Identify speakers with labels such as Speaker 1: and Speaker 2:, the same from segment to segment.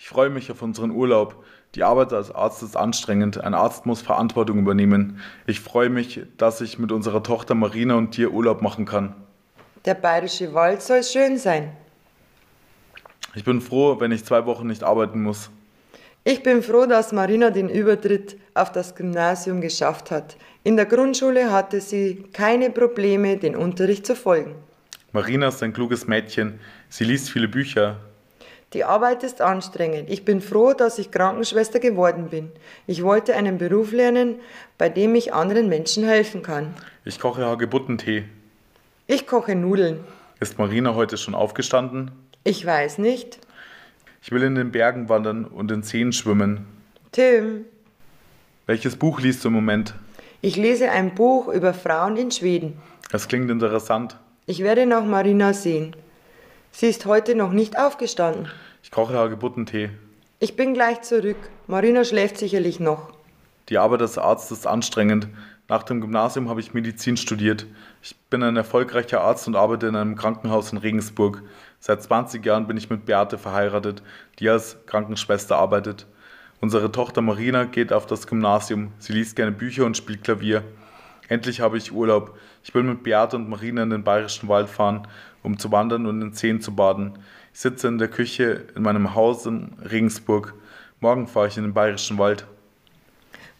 Speaker 1: Ich freue mich auf unseren Urlaub. Die Arbeit als Arzt ist anstrengend. Ein Arzt muss Verantwortung übernehmen. Ich freue mich, dass ich mit unserer Tochter Marina und dir Urlaub machen kann.
Speaker 2: Der bayerische Wald soll schön sein.
Speaker 1: Ich bin froh, wenn ich zwei Wochen nicht arbeiten muss.
Speaker 2: Ich bin froh, dass Marina den Übertritt auf das Gymnasium geschafft hat. In der Grundschule hatte sie keine Probleme, den Unterricht zu folgen.
Speaker 1: Marina ist ein kluges Mädchen. Sie liest viele Bücher.
Speaker 2: Die Arbeit ist anstrengend. Ich bin froh, dass ich Krankenschwester geworden bin. Ich wollte einen Beruf lernen, bei dem ich anderen Menschen helfen kann.
Speaker 1: Ich koche Hagebuttentee.
Speaker 2: Ich koche Nudeln.
Speaker 1: Ist Marina heute schon aufgestanden?
Speaker 2: Ich weiß nicht.
Speaker 1: Ich will in den Bergen wandern und in Seen schwimmen.
Speaker 2: Tim,
Speaker 1: Welches Buch liest du im Moment?
Speaker 2: ich lese ein Buch über Frauen in Schweden.
Speaker 1: Das klingt interessant.
Speaker 2: Ich werde nach Marina sehen. Sie ist heute noch nicht aufgestanden.
Speaker 1: Ich koche Hagebuttentee.
Speaker 2: Ich bin gleich zurück. Marina schläft sicherlich noch.
Speaker 1: Die Arbeit als Arzt ist anstrengend. Nach dem Gymnasium habe ich Medizin studiert. Ich bin ein erfolgreicher Arzt und arbeite in einem Krankenhaus in Regensburg. Seit 20 Jahren bin ich mit Beate verheiratet, die als Krankenschwester arbeitet. Unsere Tochter Marina geht auf das Gymnasium. Sie liest gerne Bücher und spielt Klavier. Endlich habe ich Urlaub. Ich will mit Beate und Marina in den Bayerischen Wald fahren, um zu wandern und in Seen zu baden. Ich sitze in der Küche in meinem Haus in Regensburg. Morgen fahre ich in den Bayerischen Wald.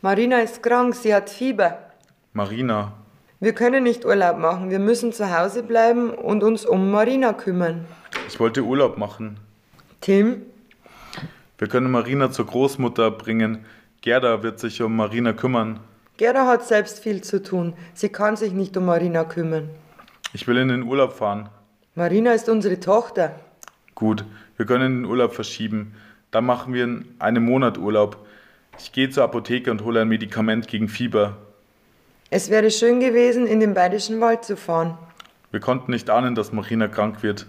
Speaker 2: Marina ist krank, sie hat Fieber.
Speaker 1: Marina,
Speaker 2: Wir können nicht Urlaub machen, wir müssen zu Hause bleiben und uns um Marina kümmern.
Speaker 1: ich wollte Urlaub machen.
Speaker 2: Tim,
Speaker 1: Wir können Marina zur Großmutter bringen. Gerda wird sich um Marina kümmern.
Speaker 2: Gerda hat selbst viel zu tun. Sie kann sich nicht um Marina kümmern.
Speaker 1: Ich will in den Urlaub fahren.
Speaker 2: Marina ist unsere Tochter.
Speaker 1: Gut, wir können den Urlaub verschieben. Dann machen wir in einem Monat Urlaub. Ich gehe zur Apotheke und hole ein Medikament gegen Fieber.
Speaker 2: Es wäre schön gewesen, in den Bayerischen Wald zu fahren.
Speaker 1: Wir konnten nicht ahnen, dass Marina krank wird.